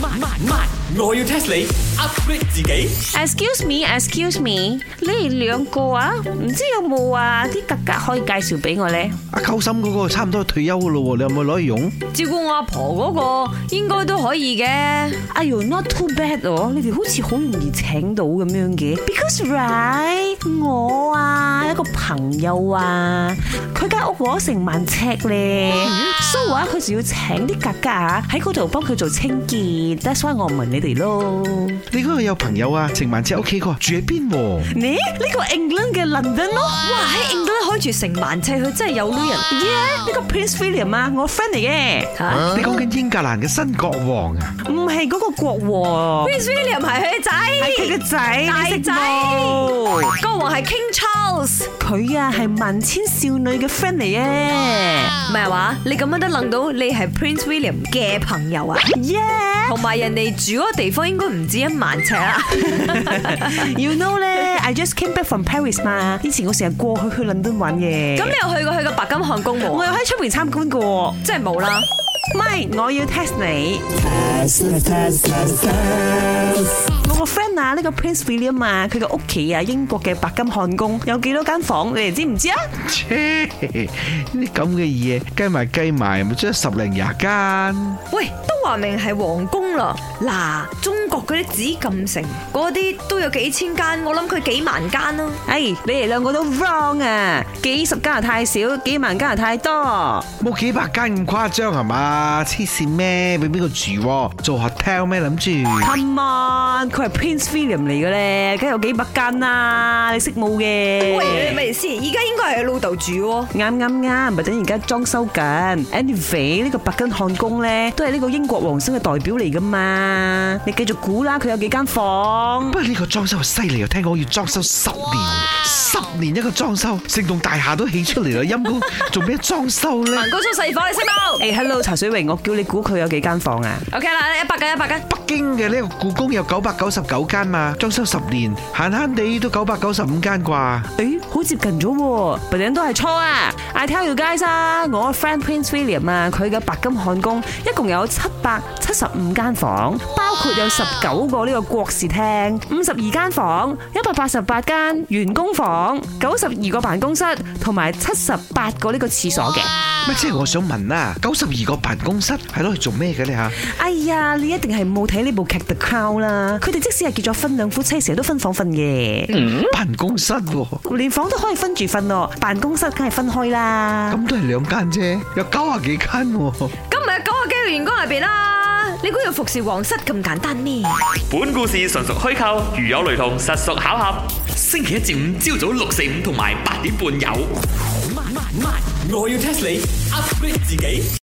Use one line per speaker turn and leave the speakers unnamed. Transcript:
慢慢慢，我要 test 你 upgrade 自己。
Excuse me，excuse me，你哋兩個啊，唔知有冇啊啲格格可以介紹俾我呢？
阿溝心嗰個差唔多退休噶咯喎，你有冇攞去用？
照顧我阿婆嗰個應該都可以嘅。
哎呦，not too bad 哦，你哋好似好容易請到咁樣嘅。Because right，我啊一個朋友啊，佢間屋攞成萬尺咧，so
嗯
啊佢就要請啲格格啊喺嗰度幫佢做清潔，that's why 我問你哋咯。
你嗰個有朋友啊，程萬姐屋企個住喺邊喎？
你呢個 England 嘅 London 咯，
哇！喺 England 開住成萬尺，佢真係有女人。
yeah 呢個 Prince William 啊，我 friend 嚟嘅，
嚇
你講緊英格蘭嘅新國王啊？
唔係嗰個國王，
，Prince William 係佢嘅
係佢
仔，
嘅仔，
大
你識
仔
冇
國王係 King Charles，
佢啊係萬千少女嘅 friend 嚟嘅，
唔係話你咁樣都諗到你係 Prince William 嘅朋友啊？
yeah，you
同埋人哋住嗰個地方應該唔止一萬 尺啊！
know 咧，I just came back from Paris 嘛，以前我成日過去去倫敦玩嘅，
咁你有去過佢個白金漢宮冇
我
啊？
又喺出邊參觀過，
真係冇啦！
唔係我要 test 你。我個 friend 啊，呢個 Prince William 啊，佢嘅屋企啊，英國嘅白金漢宮有幾多間房？你哋知唔知啊？
切，呢啲咁嘅嘢計埋計埋，咪將十零廿間。
喂，都話明係皇宮啦。嗱，中國嗰啲紫禁城嗰啲都有幾千間，我諗佢幾萬間啦。
哎，你哋兩個都 wrong 啊！幾十間又太少，幾萬間又太多。
冇幾百間咁誇張係嘛？黐線咩？俾邊個住喎？做 hotel 咩諗住？
Come on，佢係 Prince William 嚟嘅咧，梗係有幾百間啦，你識冇嘅？
喂，咪先，而家應該係佢老豆住喎。
啱啱啱，咪等而家裝修緊。Anyway，呢個白金漢宮咧，都係呢個英國皇室嘅代表嚟噶嘛。你繼續估啦，佢有幾間
不
房？
過呢個裝修係犀利啊！聽講要裝修十年，十年一個裝修，成棟大廈都起出嚟啦，陰公做咩裝修呢？
民高中細房，你識冇
誒，hello，茶水榮，我叫你估佢有幾間房啊？
？OK 啦，一百間一百間。
北京嘅呢個故宮有九百九十九間嘛，裝修十年，閒閒地都九百九十五間啩。
誒，好接近咗喎，咪等都係錯啊！I tell you guys 啊，我 friend Prince William 啊，佢嘅白金漢宮一共有七百七十五間房，包括有十九個呢個國事廳、五十二間房、一百八十八間員工房、九十二個辦公室同埋七十八個呢個廁所嘅。
乜即係我想問啦，九十二個辦公室係攞嚟做咩嘅呢？吓？
哎呀，你一定係冇睇呢部劇 The Crown 啦！佢哋即使係結咗婚，兩夫妻成日都分房瞓嘅，
辦公室喎，
連房都可以分住瞓咯，辦公室梗係分開啦。
咁都係兩間啫，有九啊幾間喎。
咁咪有九個幾個員工入邊啦。你估要服侍皇室咁簡單咩？
本故事純屬虛構，如有雷同，實屬巧合。星期一至五朝早六四五同埋八點半有。我要 test 你 upgrade 自己。